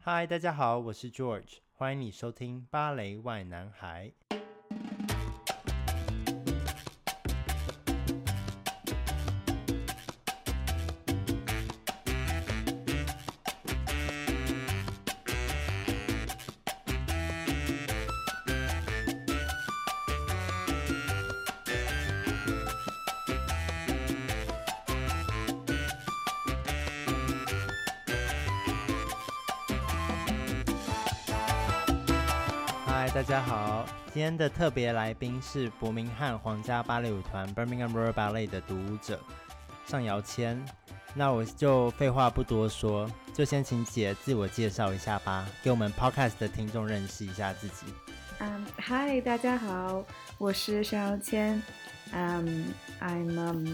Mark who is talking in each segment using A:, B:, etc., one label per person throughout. A: 嗨，大家好，我是 George，欢迎你收听《芭蕾外男孩》。嗨，大家好，今天的特别来宾是伯明翰皇家芭蕾舞团 （Birmingham Royal Ballet） 的独舞者尚瑶谦。那我就废话不多说，就先请姐自我介绍一下吧，给我们 Podcast 的听众认识一下自己。
B: Um, hi, 大家好，我是邵谦。Um, I'm um,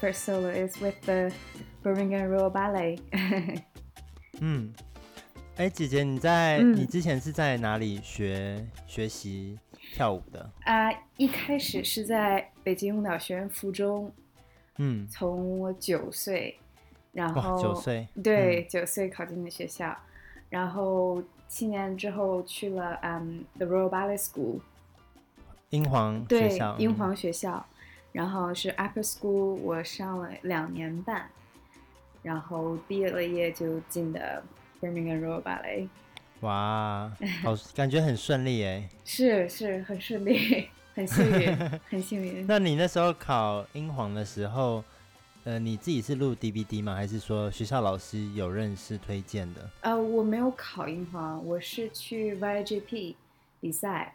B: first soloist with the Birmingham Royal Ballet.
A: 嗯，哎，姐姐，你在、
B: 嗯
A: 你之前是在哪里学学习跳舞的？
B: 啊一开始是在北京舞蹈学院附中，
A: 嗯，
B: 从我九岁，然
A: 哇，
B: 后
A: 九岁，嗯
B: 对，九岁考进的学校，然后七年之后去了嗯、The Royal Ballet School，
A: 英皇学
B: 对
A: 校，，
B: 英
A: 嗯
B: 皇学校，然后是 Upper School，我上了两年半，然后毕业了业就进的 Birmingham Royal Ballet，
A: 哇，好， 感觉很顺利哎。
B: 是是很顺利，很幸 运，很幸运。
A: 那你那时候考英皇的时候，呃，你自己是录 DVD 吗？还是说学校老师有认识推荐的？
B: 呃，我没有考英皇，我是去 YGP 比赛，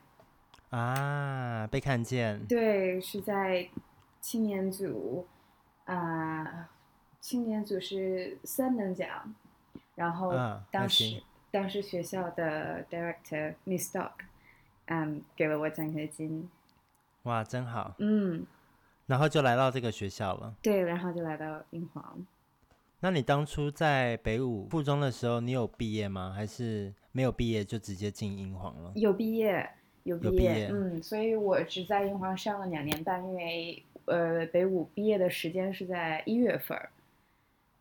A: 啊，被看见，
B: 对，是在青年组，啊、青年组是三等奖，然后
A: 啊
B: 当
A: 还
B: 时、
A: 行
B: 当时学校的 director Miss Doc，嗯，给了我奖学金，
A: 哇，真好。
B: 嗯，
A: 然后就来到这个学校了。
B: 对，然后就来到英皇，
A: 那你当初在北舞附中的时候，你有毕业吗？还是没有毕业就直接进英皇了？
B: 有毕业，有毕
A: 有毕业
B: 嗯，所以我只在英皇上了两年半，因为呃北舞毕业的时间是在一月份儿，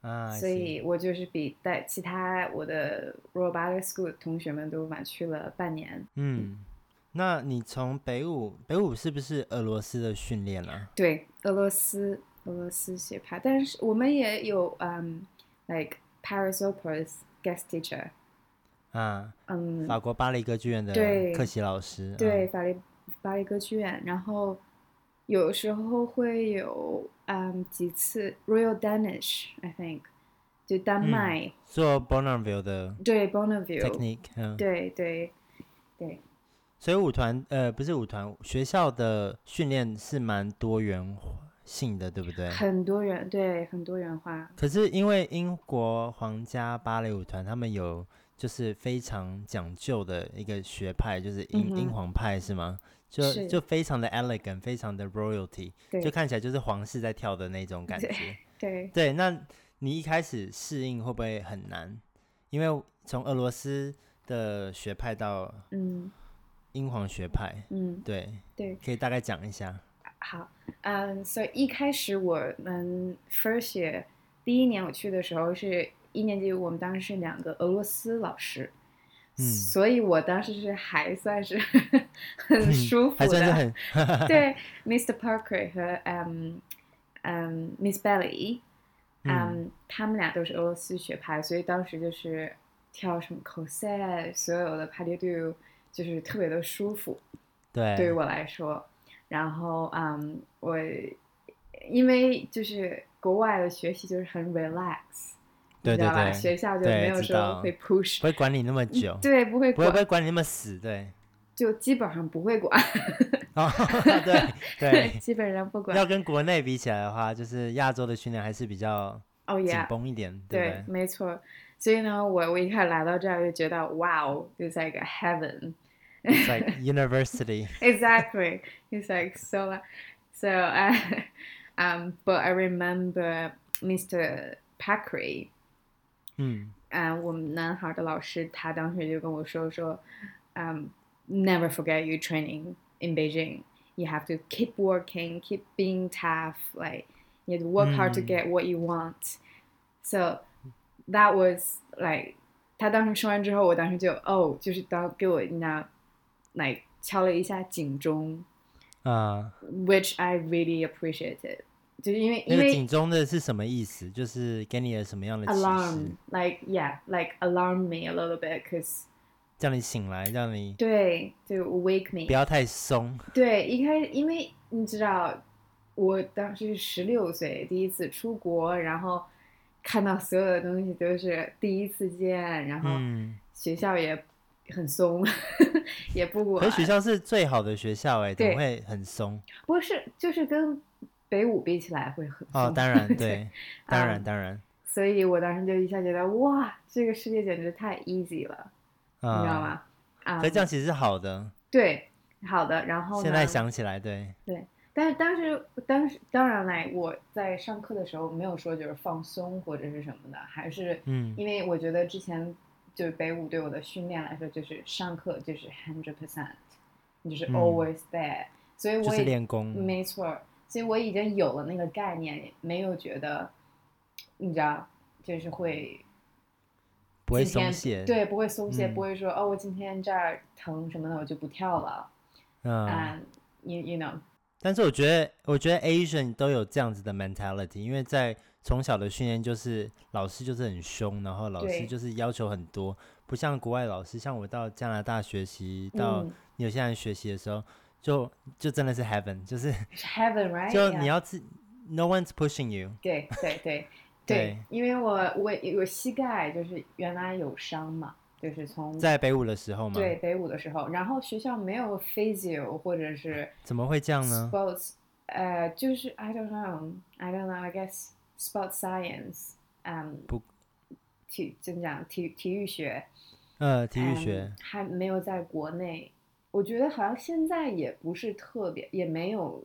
A: 啊，
B: 嗯所以我就是比在其他我的 Royal Ballet School 的同学们都晚去了半年。
A: 嗯，那你从北舞，北舞是不是俄罗斯的训练啊？
B: 对，俄罗斯俄罗斯学派，但是我们也有嗯、l i k e Paris Opera's guest teacher，
A: 啊，
B: 嗯，
A: 法国芭蕾歌剧院的
B: 对
A: 克西老师，
B: 对，
A: 嗯
B: 法律巴黎歌剧院，然后有时候会有嗯几次 Royal Danish，I think，就丹麦，
A: 做 Bonneville 的
B: 对
A: 嗯
B: Bonneville，
A: technique，嗯，
B: 对对对，
A: 所以舞团呃不是舞团，学校的训练是蛮多元性的，对不对？
B: 很多元，对很多元化，
A: 可是因为英国皇家芭蕾舞团他们有就是非常讲究的一个学派，就是英、
B: 嗯哼
A: 英皇派是吗？就是就非常的 elegant，非常的 royalty，
B: 对
A: 就看起来就是皇室在跳的那种感觉。
B: 对。
A: 对，那你一开始适应会不会很难？因为从俄罗斯的学派到
B: 嗯
A: 英皇学派，
B: 嗯，
A: 对
B: 对，
A: 可以大概讲一下。
B: 好，嗯，所以一开始我们 first year 第一年我去的时候是一年级，我们当时是两个俄罗斯老师，
A: 嗯
B: 所以我当时是还算是 很舒服的，
A: 嗯还算是很
B: 对，Mr. Parker 和嗯嗯 Miss Belly，嗯他们俩都是俄罗斯学派，所以当时就是跳什么 cosette，所有的 pas de deux 就是特别的舒服。
A: 对
B: 对于我来说。然后，嗯，我因为就是国外的学习就是很 relax，
A: 对对
B: 你知道吧？
A: 对，
B: 学校就
A: 对
B: 没有
A: 知
B: 说
A: 道
B: 会
A: 不
B: push，
A: 会管你那么久，
B: 嗯对，不会
A: 不会
B: 管，
A: 不会管你那么死，对。
B: 就基本上不会管，
A: 哦，对对，
B: 基本上不管。
A: 要跟国内比起来的话，就是亚洲的训练还是比较
B: 哦
A: 紧
B: 耶，
A: 绷一点，不
B: 对
A: 对，？
B: 没错。所以呢，我我一开始来到这儿就觉得，哇哦，it's like a heaven。
A: It's like university，
B: exactly. He's like so, so. Uh, um, but I remember Mr. Packery.
A: 嗯，
B: 嗯，我们男孩的老师他当时就跟我说说，嗯、n e v e r forget your training in Beijing. You have to keep working, keep being tough. Like you
A: Mm.
B: have to work hard to
A: 嗯
B: get what you want. So that was like 他当时说完之后，我当时就哦，就是当给我那来敲了一下警钟
A: 啊，
B: ，which I really appreciated，就是因为
A: 那
B: 因
A: 个
B: 为
A: 警钟的是什么意思？就是给你了什么样的启示
B: alarm，？like yeah like alarm me a little bit because
A: 叫你醒来，让你
B: 对就 wake me
A: 不要太松。
B: 对一开因为你知道我当时十六岁第一次出国，然后看到所有的东西都是第一次见，然后
A: 嗯，
B: 学校也很松， 也不管
A: 可是学校是最好的学校哎、怎么
B: 对
A: 会很松？
B: 不是就是跟北舞比起来会很
A: 哦，
B: 松
A: 当然
B: 对
A: 对，当然
B: 嗯
A: 当然
B: 所以我当时就一下觉得哇，这个世界简直太 easy 了，你知道
A: 啊，
B: 吗？啊、
A: 所以这样其实是好的。
B: 对，好的。然后呢
A: 现在想起来，对，
B: 但是当时，当时当然嘞，我在上课的时候没有说就是放松或者是什么的，还是
A: 嗯
B: 因为我觉得之前就是北舞对我的训练来说，就是上课就是 hundred percent，你就是
A: 嗯
B: always there，、所以
A: 就
B: 我
A: 是
B: 也
A: 练功。
B: 没错儿，所以我已经有了那个概念，没有觉得，你知道，就是会
A: 不会
B: 今
A: 松
B: 天
A: 懈。，
B: 对，不会松懈，
A: 嗯
B: 不会说哦，我今天这儿疼什么的，我就不跳了。
A: 嗯。
B: 嗯、you you know，
A: 但是我觉得，我觉得 Asian 都有这样子的 mentality，因为在从小的训练就是老师就是很凶，然后老师
B: 对
A: 就是要求很多，不像国外老师，像我到加拿大学习，到
B: 嗯
A: 纽西兰学习的时候，就就真的是 heaven，就是
B: 是，heaven right？
A: 就
B: Yeah
A: 你要自，no one's pushing you。
B: 对 对对
A: 对
B: 对，因为我我我膝盖就是原来有伤嘛，就是从
A: 在北舞的时候嘛，
B: 对北舞的时候，然后学校没有 physio 或者是
A: 怎么会这样呢？
B: sports，呃，就是 I don't know，I don't know，I guess sports science，嗯，
A: 不，
B: 体怎么讲体体育学，
A: 呃，体育学
B: 嗯，还没有在国内，我觉得好像现在也不是特别，也没有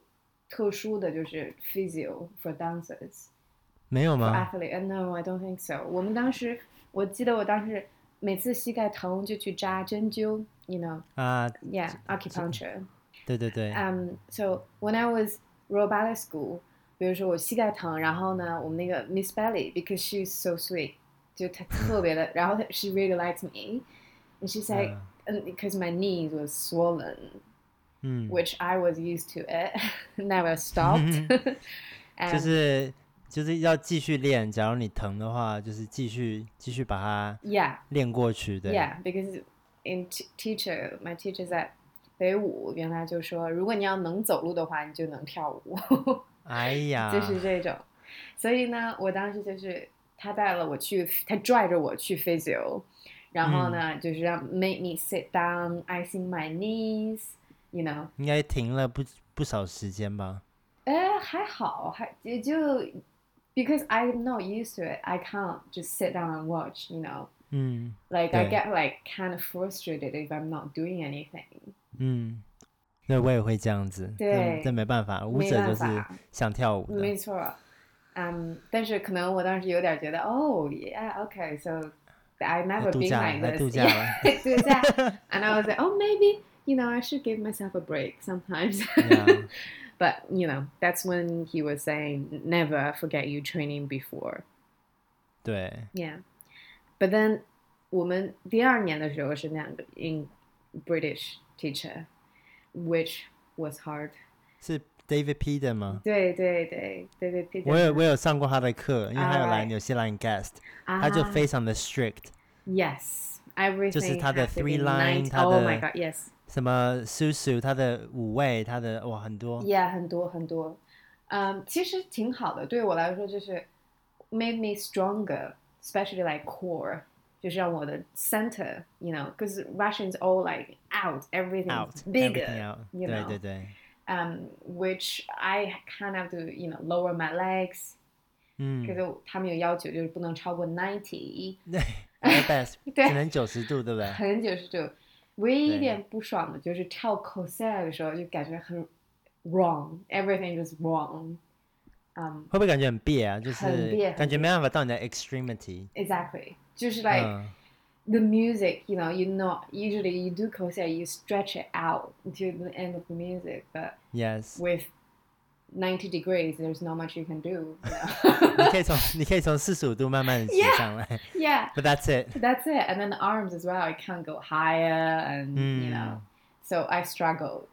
B: 特殊的就是 physio for dancers。
A: 没有
B: for
A: 吗？
B: athlete. Uh, No, I don't think so. 我们当时，我记得我当时每次膝盖疼就去扎针灸，you know,
A: 啊，
B: yeah, acupuncture.
A: 对对对，
B: Um, so when I was royal ballet school，比如说我膝盖疼，然后呢，我们那个 Miss Belly because she's so sweet，就 她特别的，然后她 she really likes me. And she's like,
A: 嗯
B: and because my knees was swollen,
A: 嗯，
B: which I was used to it, never stopped. And
A: 就是就是要继续练。假如你疼的话，就是继续继续把它
B: yeah,
A: 练过去。对，
B: Yeah, because in t- teacher, my teacher 在北舞原来就说，如果你要能走路的话，你就能跳舞，
A: 哎呀，
B: 就是这种。所以呢，我当时就是他带了我去，他拽着我去 physio，然后呢，就是让 make me sit down, icing my knees, you know。
A: 应该停了不不少时间吧？
B: 哎，还好，还也就 because I'm not used to it, I can't just sit down and watch, you know.
A: 嗯
B: Like I
A: 对
B: get like kind of frustrated if I'm not doing anything.
A: 嗯，对我也会这样子。
B: 对
A: 这没办法，舞
B: 没
A: 者
B: 办
A: 就是
B: 法
A: 想跳舞
B: 没
A: 的。
B: 错，嗯，但是可能我当时有点觉得，哦，yeah，okay，so
A: 来
B: I never
A: 呃度
B: been
A: 假了，
B: like
A: 来
B: this，
A: 度假
B: yeah，
A: 了。
B: 度假，and I was like, oh maybe you know I should give myself a break sometimes,
A: Yeah.
B: but you know that's when he was saying never forget you training before,
A: 对，
B: yeah, but then 我们第二年的时候是两个 in British teacher, which was hard，
A: 是 David p e t e r 吗？
B: 对对对对对对，
A: 我有我有上过他的课，因为他有来
B: Alright 啊
A: 纽西兰 guest，他
B: 他
A: 就非常的 strict，
B: Yes, everything.
A: 它的
B: has to
A: three
B: be
A: line，
B: nice.
A: 它
B: Oh my
A: 的
B: god, yes.
A: 什么 susu，他的五味，他的哇很多，
B: Yeah，很多很多。嗯、其实挺好的，对我来说就是 made me stronger, especially like core，就是让我的 center, you know, because Russians all like out, everything
A: out everything
B: bigger.
A: out，
B: you
A: 对
B: know
A: 对对，
B: Um, which I kind of have to, you know, lower my legs.
A: 嗯
B: 可是他们有要求，就是不能超过 ninety，
A: ，my best，
B: 对
A: 只能九十度，对不对？
B: 很久是就唯一
A: 对
B: 一点不爽的就是跳 cosine 的时候就感觉很 wrong，everything is wrong。嗯、
A: 会不会感觉很别啊？就是
B: 很别很
A: 感觉没办法到你的 extremity，
B: e x a c t l y 就是 like、
A: 嗯
B: the music，you know，you know usually you do cosine，you stretch it out to the end of the music，but
A: ，yes，
B: with ninety degrees, there's not much you can do.
A: 你可以从 你可以从四十五度慢慢的骑
B: Yeah.
A: 上来
B: yeah,
A: ，But that's it。
B: that's it. And then the arms as well. I can't go higher, and you
A: Mm.
B: know, so I struggled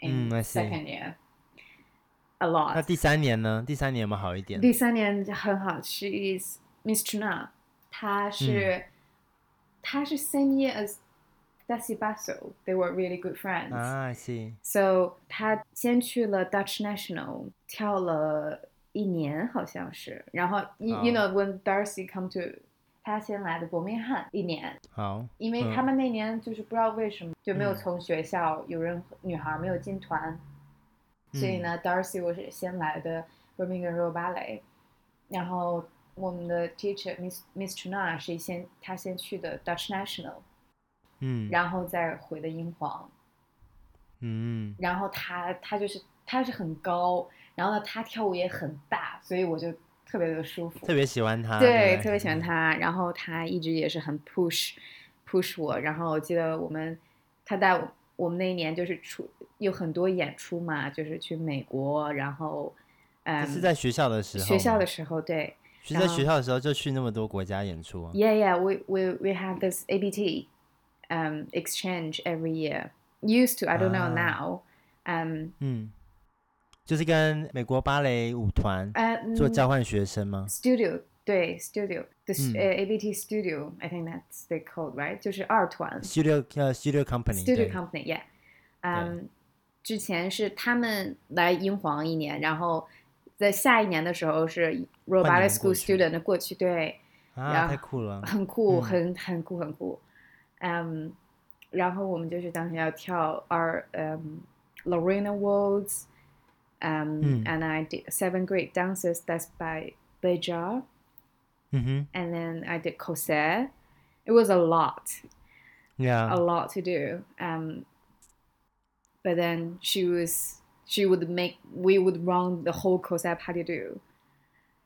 B: in
A: Mm, I see.
B: second year a
A: 那
B: lot.
A: 第三年呢？第三年有没有好一点？
B: 第三年很好，是 is Miss Chuna，她
A: Hmm.
B: 是、她是 same year as Dasi Basso，they were really good friends、
A: 啊，I see，
B: So 她先去了 Dutch National 跳了一年，好像是，然后 you、you
A: 哦
B: know when Darcy come to 她先来的伯明翰一年，
A: 好，
B: 因为
A: 嗯
B: 他们那年就是不知道为什么就没有
A: 嗯
B: 从学校有任何女孩没有进团，所以
A: 嗯
B: 呢，Darcy 我是先来的 Birmingham Royal Ballet，然后我们的 teacher Miss Miss Chuna 是先她先去的 Dutch National，
A: 嗯，嗯
B: 然后再回的英皇，
A: 嗯，
B: 然后她她就是她是很高，然后呢她跳舞也很大，所以我就特别的舒服，
A: 特别喜欢他，嗯
B: 对，
A: 不
B: 特别喜欢她，然后她一直也是很 push push 我，然后我记得我们她带我我们那一年就是出有很多演出嘛，就是去美国，然后。嗯，
A: 这是在学校的时候吗，
B: 学校的时候，对
A: 是在
B: 然后
A: 学校的时候就去那么多国家演出啊，
B: ，Yeah yeah we we we have this ABT um exchange every year. Used to I don't know
A: 啊
B: now. Um
A: 嗯，就是跟美国芭蕾舞团
B: uh
A: 做
B: mm,
A: 交换学生吗？
B: studio 对 studio this
A: 嗯
B: uh, ABT studio I think that's they called right 就是二团
A: studio 呃 studio company
B: studio
A: 对
B: company yeah. 嗯，之前是他们来英皇一年，然后在下一年的时候是 Royal
A: 换你
B: Ballet
A: 们
B: School
A: 过去
B: student 过去对。然
A: 啊，
B: 后
A: 太酷了，
B: 很酷，
A: 嗯
B: 很很酷，很酷。嗯，然后我们就是当时要跳二，嗯，Lorena Woods，
A: 嗯
B: 嗯，and I did seven great dances that's by Bejar，and
A: 嗯哼
B: then I did Corsair. It was a lot, a
A: ，Yeah，
B: lot to do. Um, but then she was, she would make, we would run the whole Corsair how to do,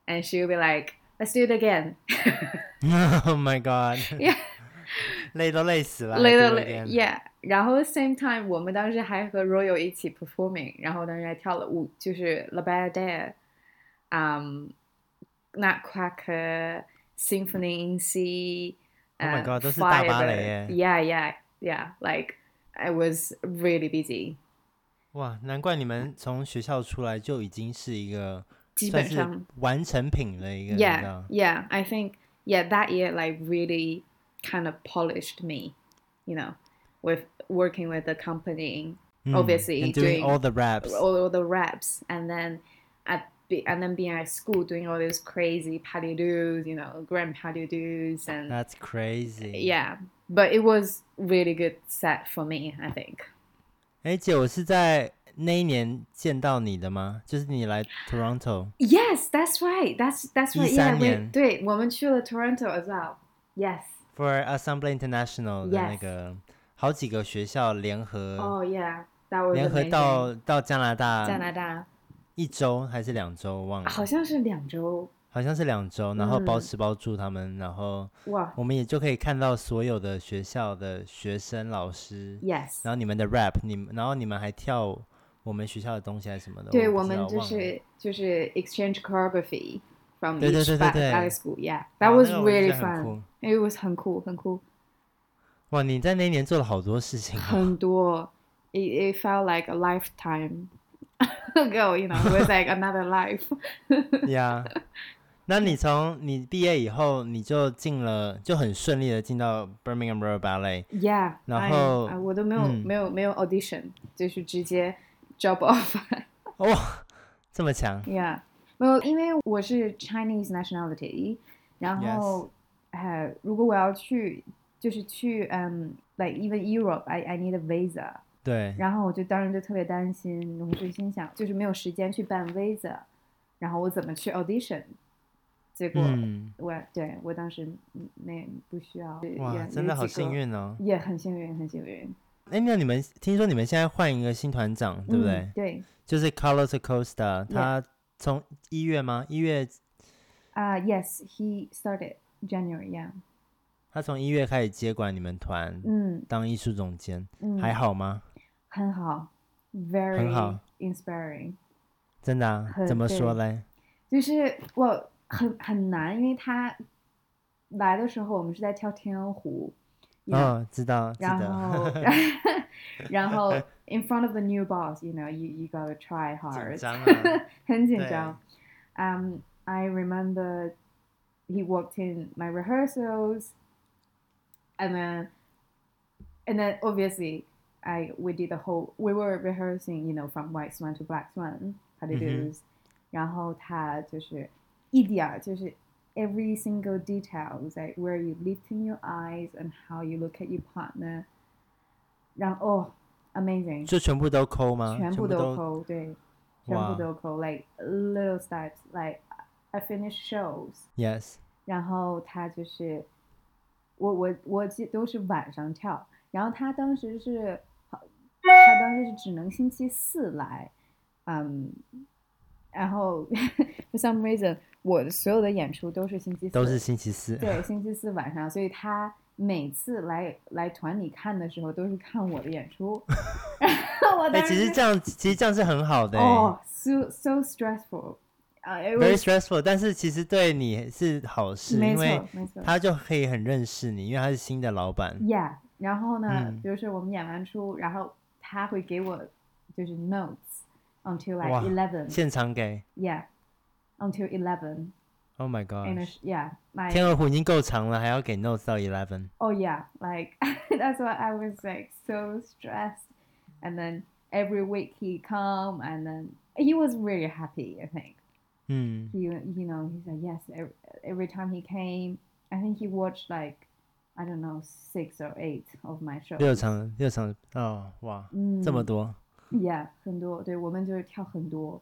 B: and she would be like, "Let's do it again."
A: ，Oh my God，
B: yeah.
A: 累都累死 了，
B: 累
A: 还
B: 了
A: 做
B: 累
A: 一点
B: ，Yeah。然后 same time，我们当时还和 Royal 一起 performing，然后当时还跳了舞，就是 La b a l d a 嗯、Nutcracker、Symphony in C，
A: Oh my
B: 呃
A: God，都是大芭蕾
B: Firebird
A: 耶
B: Yeah, yeah, yeah. Like I was really busy，
A: 哇，难怪你们从学校出来就已经是一个
B: 基
A: 算
B: 本
A: 是
B: 上
A: 完成品的一个，你知
B: Yeah,
A: 道
B: yeah. I think yeah that year like really kind of polished me, you know, with working with the company.
A: 嗯
B: obviously
A: and doing
B: doing-
A: all the raps，
B: all, all the reps and then at be, and then being at school doing all those crazy patty doos, you know, grand patty doos and
A: That's crazy.
B: yeah. But it was really good set for me, I think.
A: 哎，姐，我是在那一年见到你的吗？就是你来 Toronto，
B: Yes, that's right. That's that's right.
A: 13
B: Yeah, we,
A: yen.
B: 对，我们去了 Toronto as well. Yes.
A: for Assembly International 的那
B: Yes.
A: 个好几个学校联合、
B: Oh yeah, that was
A: 联合
B: amazing.
A: 到到加拿大
B: 加拿大
A: 一周还是两周忘了，
B: 好像是两周哇，
A: 好像是两周，然后包
B: 嗯
A: 吃包住他们，然后我们也就可以看到所有的学校的学生老师，
B: Yes.
A: 然后你们的 rap，你们然后你们还跳我们学校的东西还是什么的，
B: 对，
A: 我
B: 我
A: 不知道
B: 们就
A: 忘了
B: 是就是 exchange choreography from
A: 对对
B: each
A: 对对
B: ba-
A: 对
B: ballet school. Yeah,
A: 哇
B: that was
A: 那个我觉得
B: really
A: 很
B: fun.
A: 酷
B: It was 很酷，很酷，
A: 哇，你在那一年做了好多事情、哦。
B: 很多。It it felt like a lifetime ago. You know, it was like another life.
A: 呀那你从你毕业以后，你就进了，就很顺利的进到 Birmingham Royal Ballet。
B: Yeah，
A: 然
B: I-
A: 后
B: 啊我都没有
A: 嗯
B: 没有没有 audition，就是直接 job offer。
A: 哇、这么强！
B: Yeah，没有，因为我是 Chinese nationality，然后呃，如果我要去，就是去嗯、l i k e even Europe，I I need a visa，
A: 对，
B: 然后我就当时就特别担心，我就心想，就是没有时间去办 visa，然后我怎么去 audition？结果、
A: 嗯，
B: 我对我当时嗯没不需要，
A: 哇，
B: 也
A: 真的好幸，
B: 有几
A: 运哦！
B: 个也很幸运，很幸运，
A: 哎，那你们听说你们现在换一个新团长，对不对？
B: 嗯、对
A: 就是 Carlos Acosta，他从一月吗？一月，
B: 啊、y e s he started January，yeah，
A: 他从一月开始接管你们团，
B: 嗯
A: 当艺术总监，
B: 嗯，
A: 还好吗？
B: 很好，very
A: 很好
B: inspiring。
A: 真的、啊
B: 很？
A: 怎么
B: 对
A: 说嘞？
B: 就是我很很难，因为他来的时候我们是在跳天鹅湖，
A: 嗯、知道，记
B: 然
A: 得。
B: 后 然后 in front of the new boss，you know you you gotta try
A: 紧
B: hard，
A: 张 啊！
B: 很紧张。Um, I remember he walked in my rehearsals, and then and then obviously I we did the whole we were rehearsing you know from White Swan to Black Swan how to
A: 嗯哼。
B: do's，、然后他就是一点就是 every single detail was like where you lift in your eyes and how you look at your partner. 然后 oh, amazing.
A: 就啊全部都抠吗？
B: 全部都
A: 都。
B: 抠，对，全
A: 哇
B: 部都抠，like little steps, like I finish shows，
A: Yes，
B: 然后他就是我我我记都是晚上跳，然后他当时是他当时是只能星期四来，嗯，然后 for some reason 我的所有的演出都是星期四，
A: 都是星期四。哎
B: 对星期四晚上，所以他。每次来来团里看的时候，都是看我的演出， 然后我
A: 哎、
B: 当时
A: 其实
B: 就
A: 这样，其实这样是很好的、欸。欸
B: Oh, so so stressful. Uh, it
A: Very
B: was
A: stressful，但是其实对你是好事，
B: 没
A: 因为
B: 错嗯没错。
A: 他就可以很认识你，因为他是新的老板。
B: Yeah，然后呢，
A: 嗯
B: 比如说我们演完出，然后他会给我就是 notes until
A: 哇
B: like eleven.
A: 现场给
B: Yeah, until eleven.
A: ，Oh my
B: And
A: God，
B: it's- yeah,
A: 天
B: like
A: 鹅湖已经够长了，还要给 notes 到 eleven。
B: oh yeah, like that's why I was like so stressed. And then every week he come, and then he was really happy. I think.
A: 嗯，
B: he you know he said yes every, every time he came i think he watched like i don't know six or eight of my shows
A: 六场六场哦，哇，
B: 嗯，
A: 这么多，
B: yeah 很多对我们就是跳很多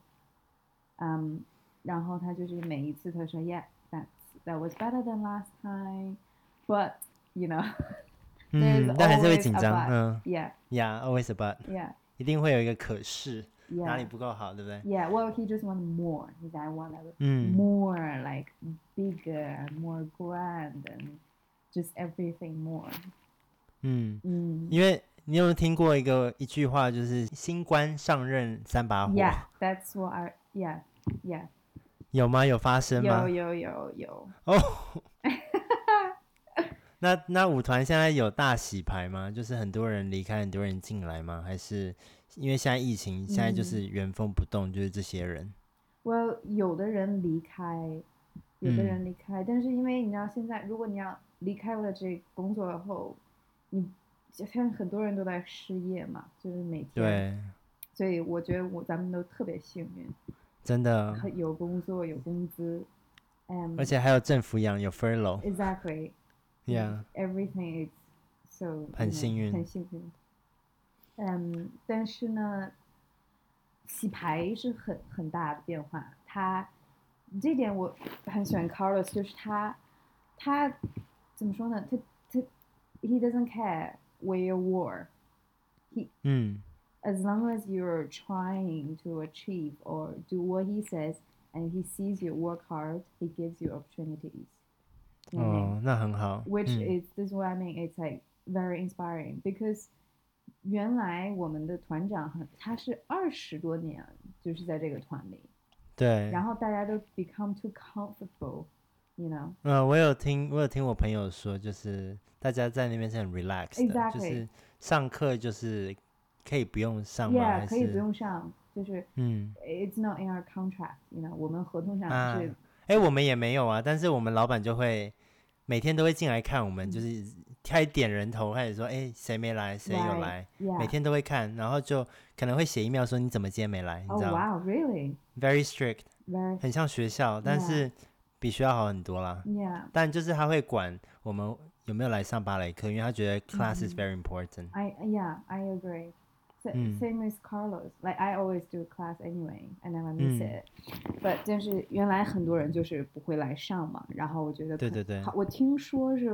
B: 嗯然后他就是每一次他说 yeah that that was better than last time but you know
A: 嗯
B: there's，
A: 但还是会
B: always
A: 紧
B: a
A: 张，
B: but
A: 嗯
B: yeah
A: ，Yeah，always about，
B: yeah
A: 一定会有一个可是哪里
B: yeah
A: 不够好，对不对？
B: yeah well he just wanted more he said i want like
A: 嗯
B: more like bigger and more grand and just everything more
A: 嗯，
B: Mm.
A: 因为你有没有听过一个一句话，就是新官上任三把火，
B: Yeah, that's what I. Yeah, yeah.
A: 有吗？有发生吗
B: 有？有有有，
A: 哦，那那舞团现在有大洗牌吗？就是很多人离开，很多人进来吗？还是因为现在疫情，现在就是原封不动，就是这些人。
B: well, 有的人离开，有的
A: 嗯
B: 人离开，但是因为你知道现在，如果你要离开了这工作后，你现在很多人都在失业嘛，就是每天，，
A: 对，
B: 所以我觉得我咱们都特别幸运，
A: 真的，
B: 有工作有工资，嗯、
A: 而且还有政府养，有 furlough，yeah，
B: exactly everything is so
A: 很
B: you know，
A: 幸运
B: 很幸运。嗯，但是呢，洗牌是很很大的变化。他这点我很喜欢 Carlos，就是他他怎么说呢？他他 he doesn't care where you were。
A: 嗯
B: As long as you're trying to achieve or do what he says, and he sees you work hard, he gives you opportunities. 嗯
A: 哦，那很好，
B: which
A: 嗯
B: is this is what I mean. It's like very inspiring because 原来我们的团长很，他是二十多年就是在这个团里，
A: 对，
B: 然后大家都 become too comfortable，you know
A: 嗯，我有听，我有听我朋友说，就是大家在那边是很 relax 的，就
B: Exactly
A: 是上课就是可以不用上吗？
B: ？Yeah，
A: 还
B: 可以不
A: 是
B: 用上，就是
A: 嗯。
B: it's not in our contract，you know，我们合同
A: 啊
B: 上是
A: 哎、我们也没有啊，但是我们老板就会每天都会进来看我们，
B: 嗯
A: 就是开始点人头，开始说，哎、谁没来，谁有
B: Right，
A: 来，每
B: yeah。
A: 天都会看，然后就可能会写 email 说你怎么今天没来，你
B: Oh
A: 知道、
B: wow,
A: v
B: really?
A: e r y strict，
B: Very
A: 很像学校，但
B: Yeah
A: 是比学校好很多啦。
B: yeah.
A: 但就是他会管我们有没有来上芭蕾课，因为他觉得 class is
B: 嗯
A: very important、
B: I yeah, I agree. S-
A: Mm.
B: Same as Carlos. Like I always do class anyway, and then I
A: 嗯
B: miss it. But 但是原来很多人就是不会来上嘛，然后我觉得
A: 对
B: 可
A: 对对
B: 好，我听说是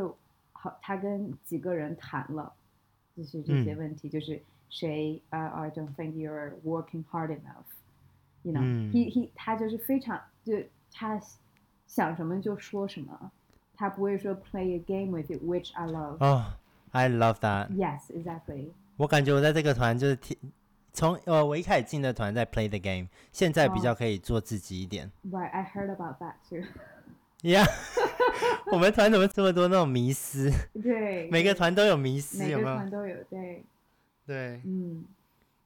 B: 好，他跟几个人谈了，就是这些
A: 嗯
B: 问题，就是谁呃 I don't think you're working hard enough. You know,、
A: 嗯
B: he he 他就是非常就他想什么就说什么，他不会说 play a game with you, which
A: Oh.
B: I love.
A: 哦、i love that，
B: Yes, exactly.
A: 我感觉我在这个团就是天从呃我一开始进的团在 Play the Game，现在比较可以做自己一点。
B: Right, I heard about that too.
A: 呀、 我们团怎么这么多那种迷思？
B: 对，
A: 每个团都有迷思，
B: 每
A: 有
B: 个
A: 没有
B: 团？都有，对，
A: 对，
B: 嗯，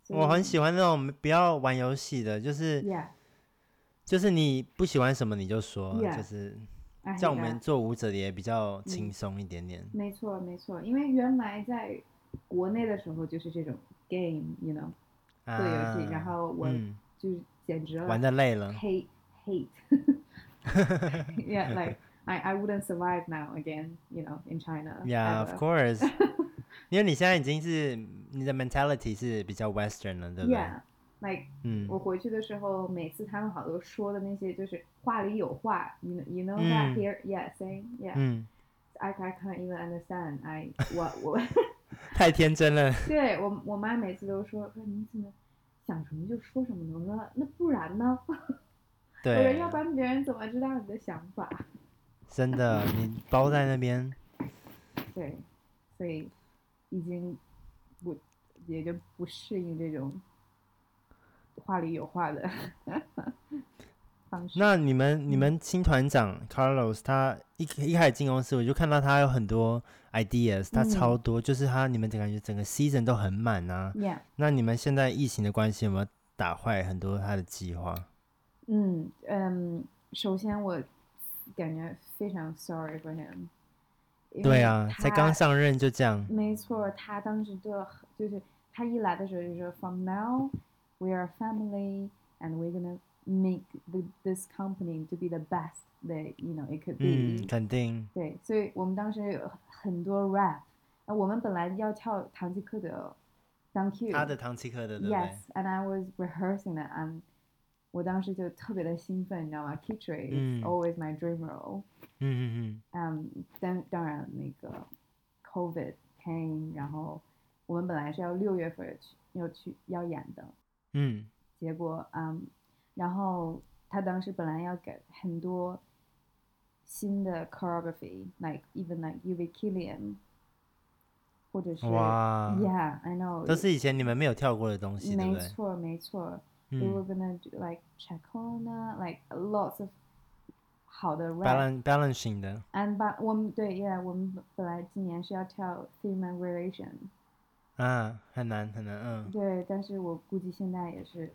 B: 所
A: 我
B: 以
A: 很喜欢那种不要玩游戏的，就是
B: ，Yeah,
A: 就是你不喜欢什么你就说
B: Yeah
A: 就是
B: 哎
A: 像我
B: 呀
A: 们做舞者的也比较轻
B: 嗯
A: 松一点点。
B: 没错没错，因为原来在国内的时候就是这种 game，you know，
A: 啊
B: 做游戏，然后我
A: 嗯
B: 就是简直了
A: 玩的累 了，
B: hate hate. yeah, like I, I wouldn't survive now again, you know, in China.
A: Yeah,
B: ever.
A: of course 。因为你现在已经是你的 mentality 是比较 Western 了，对不对
B: Yeah, like
A: 嗯
B: 我回去的时候，每次他们好多说的那些就是话里有话，you know, you know that
A: 嗯
B: here, yeah, saying, yeah,
A: 嗯，
B: I I can't even understand. I 我我
A: 太天真了。
B: 对我我妈每次都说，说你怎么想什么就说什么，我说那不然呢？ 我说
A: 对，
B: 要不然别人怎么知道你的想法？
A: 真的，你包在那边，
B: 对，所以已经不也就不适应这种话里有话的 方式。
A: 那你们你们
B: 嗯
A: 新团长 Carlos 他一一开始进公司，我就看到他有很多 ideas，他
B: 嗯
A: 超多，就是他你们感觉整个 season 都很满啊。
B: Yeah，
A: 那你们现在疫情的关系有没有打坏很多他的计划？
B: 嗯嗯，首先我感觉非常 sorry for him。
A: 对啊，才刚。上任就这样，
B: 没错，他当时就很就是他一来的时候就说，From now we are a family and we're gonna make the, this company to be the best that you know it could be、
A: 嗯，肯定，
B: 对，所以我们当时有很多 rap，啊，我们本来要跳唐吉诃德当 Q，
A: 他的唐吉诃德对不对？
B: Yes，and I was rehearsing it，and 我当时就特别的兴奋，你知道吗 k i t r i is
A: 嗯
B: always my dream role，
A: 嗯嗯
B: 嗯，当当然那个 COVID came，然后我们本来是要六月份去要去要演的，
A: 嗯
B: 结果嗯，然后他当时本来要给很多新的 choreography，like even like Uwe Killian，或者是
A: 嗯，哇，
B: ，Yeah，I know，
A: 嗯都是以前你们没有跳过的东西，对不
B: 没
A: 对？
B: 错没错、w e were
A: 嗯
B: gonna do like Chacona，like lots of 好的 rap。
A: ，balance balancing 的，
B: And but 我们对，Yeah，我们本来今年是要跳 Human Relation，
A: 啊，很难很难，嗯，
B: 对，但是我估计现在也是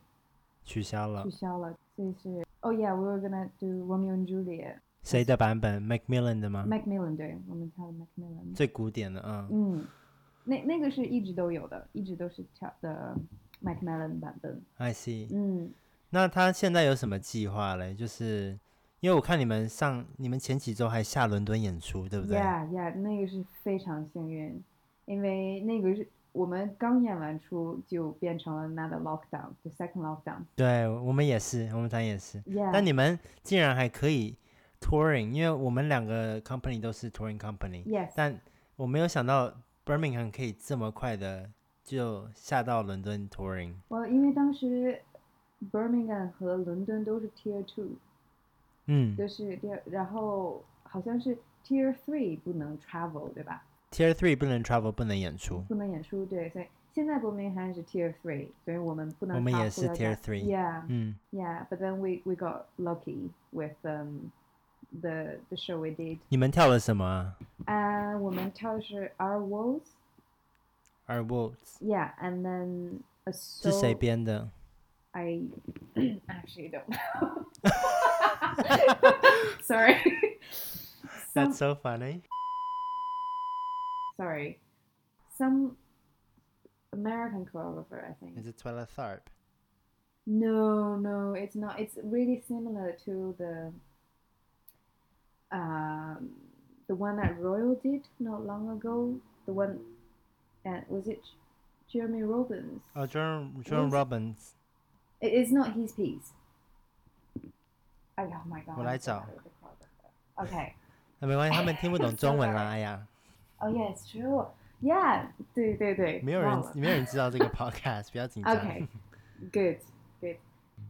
A: 取消了
B: 取。消了，所以是，Oh yeah，we were gonna do Romeo and Juliet。
A: 谁的版本？Macmillan 的吗？
B: Macmillan，对，我们跳的 Macmillan。
A: 最古典的，嗯，
B: 嗯，那那个是一直都有的，一直都是跳的 Macmillan 版本。
A: I see。
B: 嗯，
A: 那他现在有什么计划嘞？就是因为我看你们上，你们前几周还下伦敦演出，对不对？
B: Yeah Yeah，那个是非常幸运，因为那个是我们刚演完出就变成了 another lockdown，就 second lockdown。
A: 对，我们也是，我们团也是。
B: Yeah，
A: 但你们竟然还可以 touring，因为我们两个 company 都是 touring company，
B: Yes，
A: 但我没有想到 Birmingham 可以这么快的就下到伦敦 touring。
B: 我因为当时 Birmingham 和伦敦都是 Tier Two，
A: 嗯
B: 就是第二，然后好像是 Tier Three 不能 travel，对吧？
A: ，Tier Three 不能 travel，不能演出。
B: 不能演出，对，所以现在伯明翰是 Tier Three，所以我们不能
A: 我们
B: 插
A: 也
B: 塑
A: 是
B: 料
A: Tier
B: 袋
A: three
B: Yeah,
A: 嗯
B: yeah, but then we we got lucky with um the the show we did.
A: 你们跳了什么啊
B: And Uh, 我们跳的是 Our Walls,
A: ？Our Worlds
B: yeah, and then a
A: 是
B: soul.
A: 谁编的？
B: I actually don't know. Sorry. Some-
A: That's so funny.
B: sorry. Some American choreographer, I think.
A: Is it Twilight Tharp?
B: No, no, it's not. It's really similar to the um, the one that Royal did not long ago. The one, and was it Jeremy Robbins?
A: Oh, John John
B: Is-
A: Robbins.
B: It is not his piece. Oh, yeah, oh my god! I'm so
A: 我来找。
B: bad with the choreographer. Okay.
A: 那啊没关系，他们听不懂中文 啦。哎呀，
B: Oh yeah, it's true. Yeah. 对对对。
A: 没有人
B: 忘了。
A: 没有人知道这个 podcast，不要紧张。
B: Okay. Good. Good.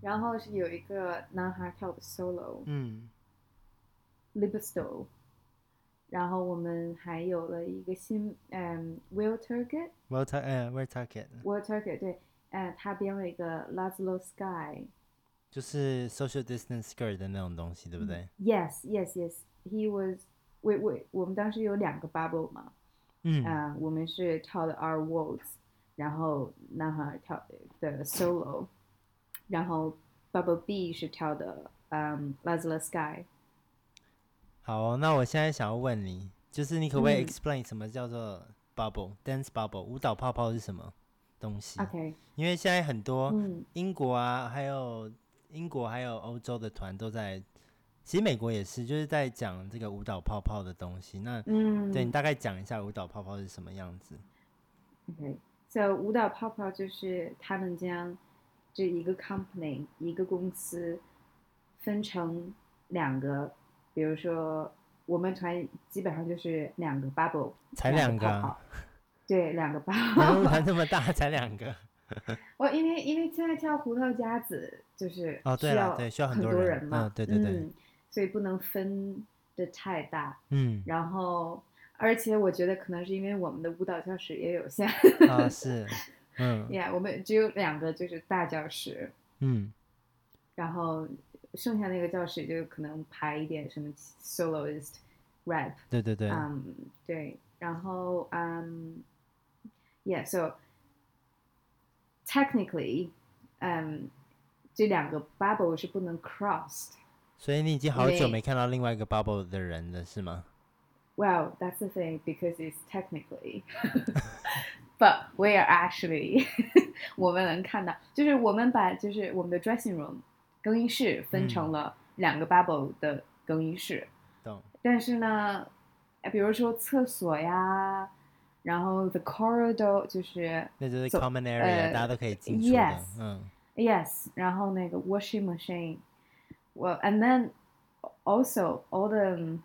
B: 然后是有一个男孩跳的 solo。
A: 嗯
B: Libisto，然后我们还有了一个新，嗯，Will
A: ，Well,
B: Turkett，Will
A: t a 呃，We're talking.
B: Turkett，对，嗯、呃，他编了一个 Lazlo Sky。
A: 就是 social distance skirt 的那种东西，对不对？
B: Yes, yes, yes. He was. 我我我们当时有两个 bubble 嘛，
A: 嗯，
B: 啊、我们是跳的 Our Worlds，然后男孩跳的 Solo，然后 Bubble B 是跳的嗯 Lazla Sky。
A: 好哦、那我现在想要问你，就是你可不可以
B: 嗯
A: explain 什么叫做 bubble dance bubble 舞蹈泡泡是什么东西？
B: OK，
A: 因为现在很多
B: 啊嗯
A: 英国啊，还有英国还有欧洲的团都在，其实美国也是，就是在讲这个舞蹈泡泡的东西。那
B: 嗯，
A: 对你大概讲一下舞蹈泡泡是什么样 子？
B: OK，so 舞蹈泡泡就是他们将这一个 company 一个公司分成两个，比如说我们团基本上就是两个 bubble，
A: 才两个
B: 个泡
A: 啊
B: 泡，对，两个
A: 你们
B: bubble。
A: 团这么大，才两 个。
B: 我因为因为现在跳胡桃夹子就是
A: 哦对
B: 需
A: 啦
B: 要
A: 对需要很
B: 很
A: 多人
B: 嘛，
A: 嗯对对对
B: 嗯所以不能分的太大，
A: 嗯，
B: 然后。而且我觉得可能是因为我们的舞蹈教室也有限，
A: 啊是，嗯
B: 呀我们只有两个就是大教室，
A: 嗯
B: 然后剩下那个教室就可能排一点什么 soloist rap，
A: 对对对，
B: 嗯对，然后嗯、y e a h so technically，嗯、这两个 bubble 是不能 crossed。
A: 所以你已经好久
B: 对
A: 没看到另外一个 bubble 的人了，是吗？
B: Well, that's the thing because it's technically, but we are actually 我们能看到，就是我们把就是我们的 dressing room 更衣室分成了两个 bubble 的更衣室，
A: 懂，
B: 但是呢，呃比如说厕所呀，然后 the corridor 就是
A: 那就是
B: 走
A: common area，、
B: 呃
A: 大家都可以进出的。
B: yes
A: 嗯
B: yes，然后那个 washing machine，well and then also all the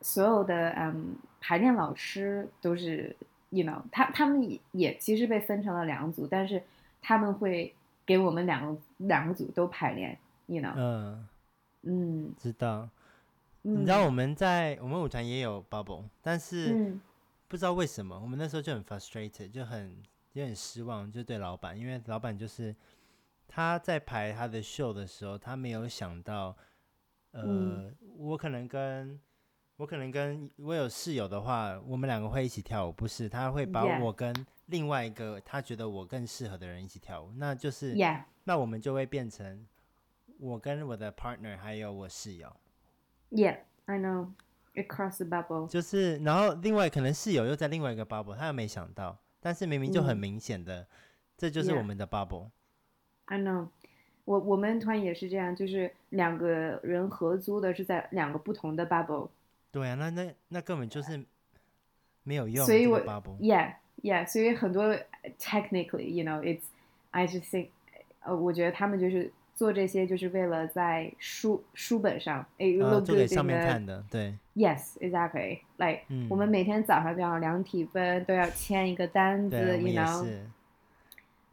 B: 所有的嗯排练老师都是，you know，他他们也也其实被分成了两组，但是他们会给我们两个两个组都排练，you know，
A: 嗯，
B: 嗯，
A: 知道。
B: 嗯
A: 你知道我们在我们舞团也有 bubble，但是
B: 嗯
A: 不知道为什么我们那时候就很 frustrated，就很有点失望，就对老板，因为老板就是他在排他的秀的时候，他没有想到，呃，
B: 嗯
A: 我可能跟我可能跟我有室友的话，我们两个会一起跳舞，不是？他会把
B: Yeah
A: 我跟另外一个他觉得我更适合的人一起跳舞，那就是
B: ，yeah，
A: 那我们就会变成我跟我的 partner 还有我室友。
B: Yeah, I know. Across the bubble.
A: 就是，然后另外可能室友又在另外一个 bubble，他又没想到，但是明明就很
B: 嗯
A: 明显的，这就是我
B: Yeah
A: 们的 bubble。
B: I know. 我我们团也是这样，就是两个人合租的，是在两个不同的 bubble。
A: 对啊，那那那根本就是没有用，
B: 所以
A: 这个
B: 我
A: bubble。
B: Yeah, yeah. 所以很多 technically, you know, it's I just think，呃，我觉得他们就是做这些，就是为了在书书本上，it 哎
A: 呃，
B: look
A: 做给
B: good
A: 上
B: in
A: 面
B: the
A: 看的，对，
B: Yes, exactly. Like、
A: 嗯
B: 我们每天早上都要量体温，都要签一个单子
A: 对啊，我们
B: ，you
A: 也
B: know。
A: 是，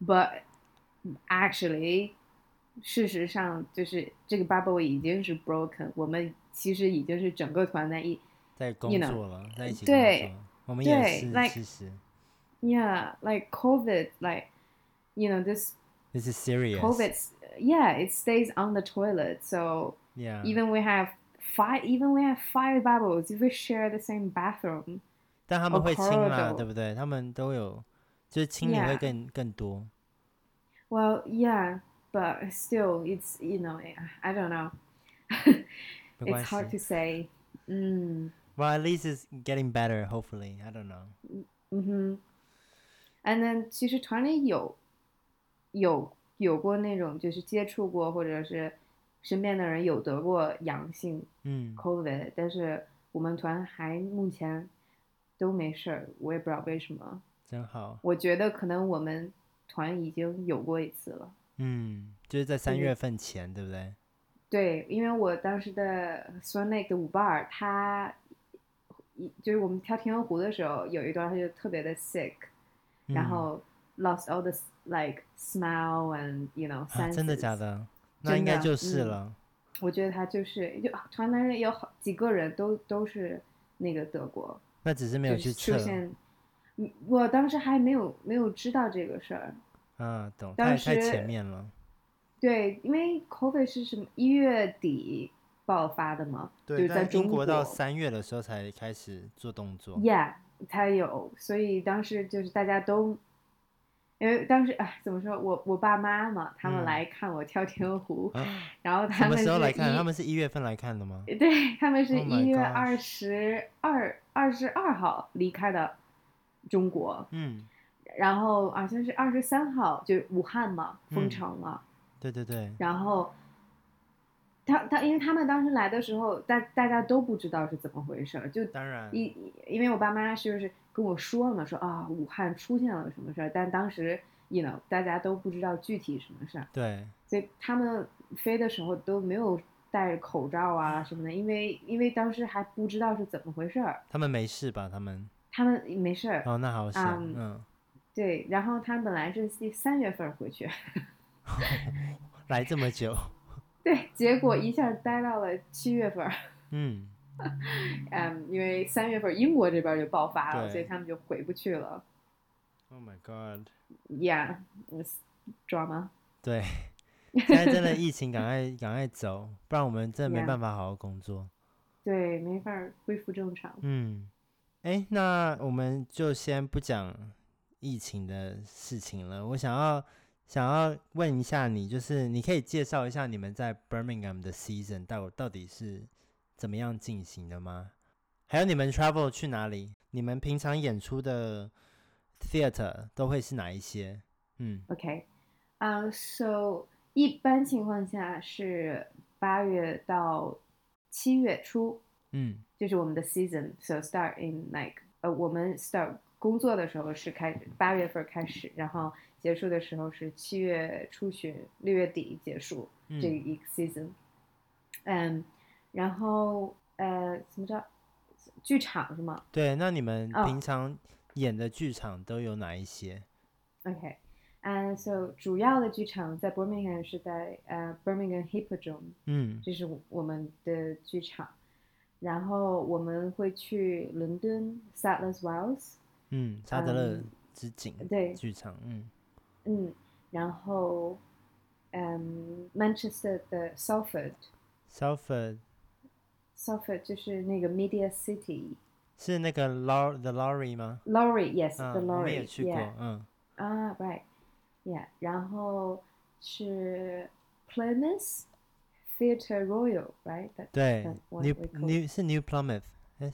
B: But actually，事实上就是这个 bubble 已经是 broken，我们其实已经是整个团在一
A: 在工
B: know，
A: 作了，在一起工
B: 对
A: 作，我们
B: 对
A: 也是，
B: ，like-
A: 其实
B: ，yeah，like COVID，like you know this
A: this is serious。
B: COVID，yeah，it stays on the toilet，so
A: yeah，
B: even we have five，even we have five bubbles，if we share the same bathroom，
A: 但他们会亲啦，
B: corridor
A: 对不对？他们都有，就是亲你会
B: Yeah
A: 更更多。
B: Well, yeah, but still, it's you know, I don't know.
A: 没
B: it's
A: 关
B: hard
A: 系
B: to say. Mm. 嗯
A: ，Well, at least it's getting better. Hopefully, I don't know.
B: 嗯哼。And then，其实团里有有有过那种就是接触过，或者是身边的人有得过阳性
A: 嗯，
B: COVID，但是我们团还目前都没事儿，我也不知道为什么。
A: 真好。
B: 我觉得可能我们团已经有过一次了。
A: 嗯，就是在三
B: 是
A: 月份前，对不啊对？
B: 对，因为我当时的 Swan Lake 的舞伴儿，他一就是我们跳天鹅湖的时候，有一段他就特别的 sick，、然
A: 嗯
B: 后 lost all the s- like smell and you know
A: 啊，
B: senses、
A: 真的假？的？那
B: 真
A: 应该
B: 的
A: 就是
B: 嗯
A: 了。
B: 我觉得他就是就啊团男人有好几个人都都是那个德国，
A: 那只是没
B: 就
A: 有
B: 是
A: 去
B: 出
A: 测
B: 现。嗯我当时还没有没有知道这个事儿，
A: 嗯，懂，
B: 当
A: 太太
B: 时
A: 前面了，
B: 对，因为 COVID 是什么一月底爆发的嘛，
A: 对，
B: 就是在
A: 但英
B: 中
A: 国到三月的时候才开始做动作，
B: Yeah，才有，所以当时就是大家都，因为当时哎，怎么说我我爸妈嘛，他们
A: 嗯
B: 来看我跳天鹅湖，
A: 啊，
B: 然后他
A: 什么
B: 们
A: 时候
B: 是
A: 来看？
B: 一
A: 他们是一月份来看的吗？
B: 对他们是
A: Oh my
B: 一月
A: gosh
B: 二十二二十二号离开的中国，
A: 嗯，
B: 然后好像是二十三号就是武汉嘛封
A: 嗯
B: 城了，
A: 对对对，
B: 然后。他他，因为他们当时来的时候，大大家都不知道是怎么回事儿，就
A: 当然，
B: 因因为我爸妈就是跟我说了嘛，说啊武汉出现了什么事儿，但当时 you know 大家都不知道具体什么事儿，
A: 对，
B: 所以他们飞的时候都没有戴口罩啊什么的，因为因为当时还不知道是怎么回事儿，
A: 他们没事吧？他们
B: 他们没事儿，
A: 哦，那好险，
B: 嗯
A: 嗯，
B: 对，然后他们本来是三月份回去，
A: 来这么久，
B: 对，结果一下待到了七月份儿，
A: 嗯，
B: 嗯，因为三月份英国这边就爆发了，
A: 对
B: 所以他们就回不去了
A: Oh my god！
B: ，yeah，it's drama，
A: 对，现在真的疫情，赶快赶快走，不然我们真的没
B: Yeah
A: 办法好好工作。
B: 对，没法儿恢复正常。
A: 嗯，哎，那我们就先不讲疫情的事情了。我想要想要问一下你，就是你可以介绍一下你们在 Birmingham 的 season 到到底是怎么样进行的吗？还有你们 travel 去哪里？你们平常演出的 theater 都会是哪一些？嗯
B: OK，啊、s o 一般情况下是八月到七月初，
A: 嗯
B: 就是我们的 season，so start in like，呃，我们 start 工作的时候是开八月份开始，然后结束的时候是七月初旬、六月底结束这
A: 嗯
B: 一个 season，嗯然后呃，怎么着，剧场是吗？
A: 对，那你们
B: 哦
A: 平常演的剧场都有哪一些？
B: OK，嗯、so 主要的剧场在 Birmingham 是在呃、Birmingham Hippodrome，
A: 嗯
B: 这是我们的剧场。然后我们会去伦敦 Sadler's Wells，
A: 嗯，沙德勒
B: 嗯
A: 之井
B: 对
A: 剧场，嗯
B: 嗯，然后嗯 Manchester 的 Salford，Salford
A: ，Salford
B: 就是那个 Media City。
A: 是那个 Lor the Lorry 吗？
B: Lorry yes，the
A: 嗯，我们
B: Lorry，
A: 也去过，嗯，
B: yeah, 啊，right，yeah，然后是 Plymouth Theatre Royal，right？
A: 对
B: 嗯我
A: ，New
B: 我也去过
A: New 是 New Plymouth，哎，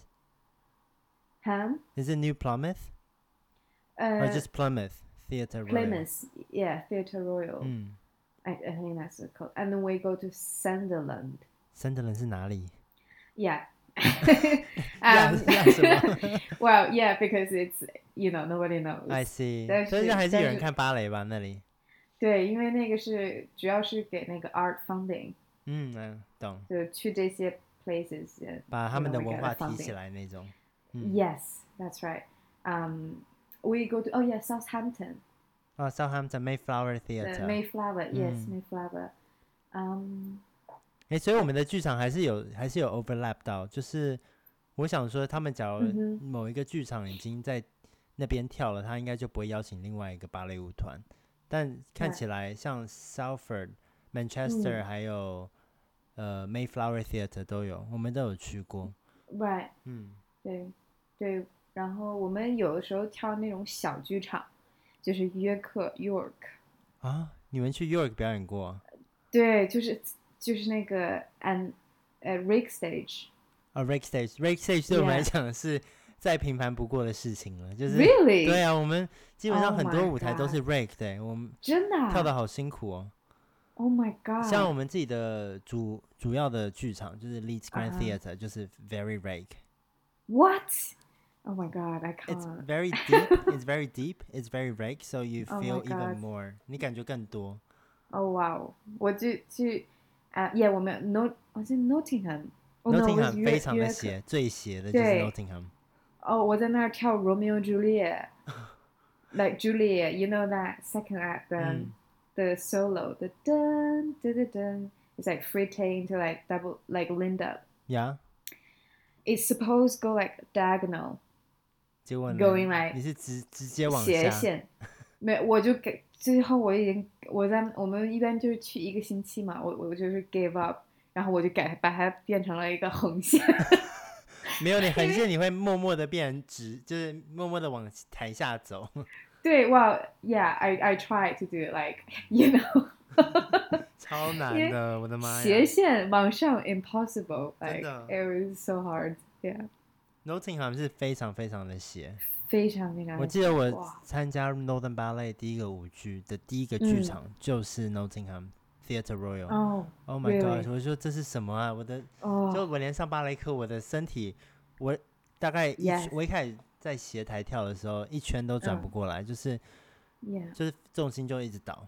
B: Ham，
A: is it New Plymouth
B: 呃
A: or just Plymouth Theatre Royal？
B: Plymouth，yeah Theatre Royal。
A: 嗯
B: I, I think that's the code. And then we go to Sunderland.
A: ，Sunderland 是哪里？
B: Yeah.
A: 要
B: um,
A: 要什么
B: well, yeah, because it's, you know, nobody knows.
A: ？I see，
B: 但
A: 所以
B: 是
A: 还是
B: 但
A: 有人
B: 是
A: 看芭蕾吧？那里，
B: 对，因为那个是主要是给那个 art funding，
A: 嗯嗯，懂，
B: 就去这些 places 呃
A: 把他们的
B: you know,
A: 文
B: we
A: 化
B: got the
A: 提起
B: funding
A: 来那种，嗯
B: Yes, that's right. Um, we go to oh yeah, Southampton,
A: 哦，Southampton Mayflower
B: the
A: Theatre，Mm.
B: Mayflower. Yes,
A: 嗯
B: Mayflower. Um,
A: 哎，所以我们的剧场还是有还是有 overlap 到，就是我想说，他们假如
B: 嗯哼
A: 某一个剧场已经在那边跳了，他应该就不会邀请另外一个芭蕾舞团。但看
B: 对嗯
A: 起来像 Salford、Manchester 还有呃 Mayflower Theatre 都有，我们都有去过。
B: right.
A: 嗯，
B: 对，对，然后我们有的时候跳那种小剧场，就是约克 York，
A: 啊，你们去 York 表演过啊
B: 对，就是就是那个 an 呃 rig stage。
A: 啊？Rake Stage，Rake Stage 对我们来
B: Yeah
A: 讲是再平凡不过的事情了，就是
B: Really？
A: 对啊，我们基本上
B: Oh
A: 很多
B: my
A: 舞台都是 Rake 的、我们
B: 真的啊
A: 跳的好辛苦哦。
B: ？Oh my god！
A: 像我们自己的主主要的剧场就是 Leeds Grand
B: 啊
A: Theatre，、就是 very rake。
B: what？Oh my god！I
A: It's
B: can't。
A: very deep. It's very deep. It's very rake. So you
B: Oh my
A: feel even
B: God
A: more. 你感觉更多。
B: Oh wow！我去去啊，Yeah，我们 No，我是 Nottingham。哦 no，我是
A: Nottingham
B: 约
A: 非常的
B: 约克
A: 邪，最邪的就是
B: 对
A: Nottingham。
B: 哦，我在那儿跳 Romeo and Juliet。Like Juliet, you know that second act, the、
A: 嗯
B: the solo, the dun dun dun dun. It's like free to like double, like Linda.
A: 呀，
B: It's supposed go like diagonal
A: 结果呢
B: Going like
A: 你是直直接往
B: 斜
A: 下。
B: 线，没有，我就给最后我已经我在我们一般就是去一个星期嘛，我我就是 give up，然后我就改把它变成了一个横线，
A: 没有你横线，你会默默的变直，就是默默的往台下走。
B: 对，Well yeah，I I try to do it, like you know，
A: 超难的，我的妈
B: 斜
A: 呀！
B: 线往上 impossible，like
A: 真的
B: it was so hard，yeah，
A: Nottingham 是非常非常的斜。
B: 非常非常。
A: 我记得我
B: 哎哇
A: 参加 Northern Ballet 第一个舞剧的第一个剧场就是 Nottingham Theatre Royal。
B: 嗯哦
A: Oh my god！、
B: really？
A: 我说这是什么啊？我的，就
B: 哦
A: 我连上芭蕾课，我的身体，我大概一
B: Yes
A: 我一开始在斜台跳的时候，一圈都转不
B: 嗯
A: 过来，就是
B: ，yeah。
A: 就是重心就一直倒。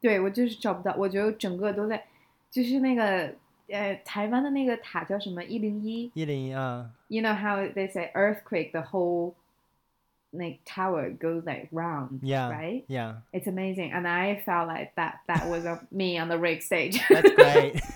B: 对我就是找不到，我觉得整个都在，就是那个呃台湾的那个塔叫什么一零一
A: 一零一二，
B: ，You know how they say earthquake the whole like tower goes like round,
A: Yeah.
B: right?
A: yeah,
B: It's amazing, and I felt like that that was a- me on the rig stage，
A: that's great 。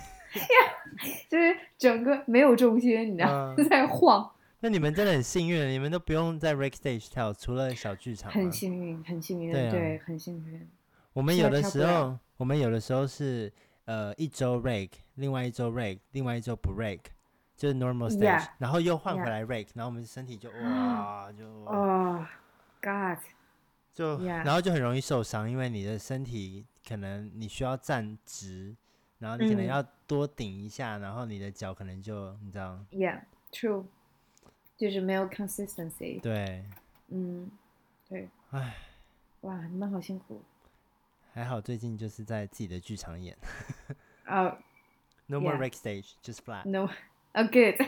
B: 就是整个没有重心，你知道、
A: 嗯
B: 在晃，
A: 那你们真的很幸运，你们都不用在 Rec Stage 跳，除了小剧场、
B: 很
A: 啊。
B: 幸运，很幸运，
A: 对啊
B: 很幸运，
A: 我们
B: 是
A: 有
B: 啊
A: 的
B: 跳
A: 时
B: 不了
A: 候，我们有的时候是呃一周 Rec，另外一周 Rec，另外一周不 Rec，就是 normal stage，、
B: Yeah.
A: 然后又换回
B: Yeah. 啊
A: 来 Rec，然后我们身体就哇就
B: 哦、g o d
A: 就
B: Yeah.
A: 然后就很容易受伤，因为你的身体可能你需要站直，然后你可能
B: 嗯
A: 要多顶一下，然后你的脚可能就你知道，
B: Yeah, true，就是没有 consistency。
A: 对，
B: 嗯，对。
A: 唉，
B: 哇，你们好辛苦。
A: 还好最近就是在自己的剧场演
B: 哦、
A: ，no more
B: Yeah.
A: rec stage，just flat。
B: n o 啊、g o o d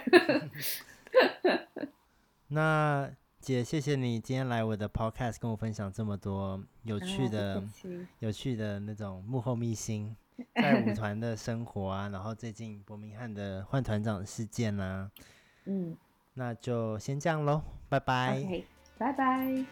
A: 那姐，谢谢你今天来我的 podcast 跟我分享这么多有趣 的、
B: 啊、不客气
A: 有趣的那种幕后秘辛，在舞团的生活啊，然后最近伯明翰的换团长事件啊，
B: 嗯
A: 那就先这样喽，拜拜。
B: ，OK，拜拜。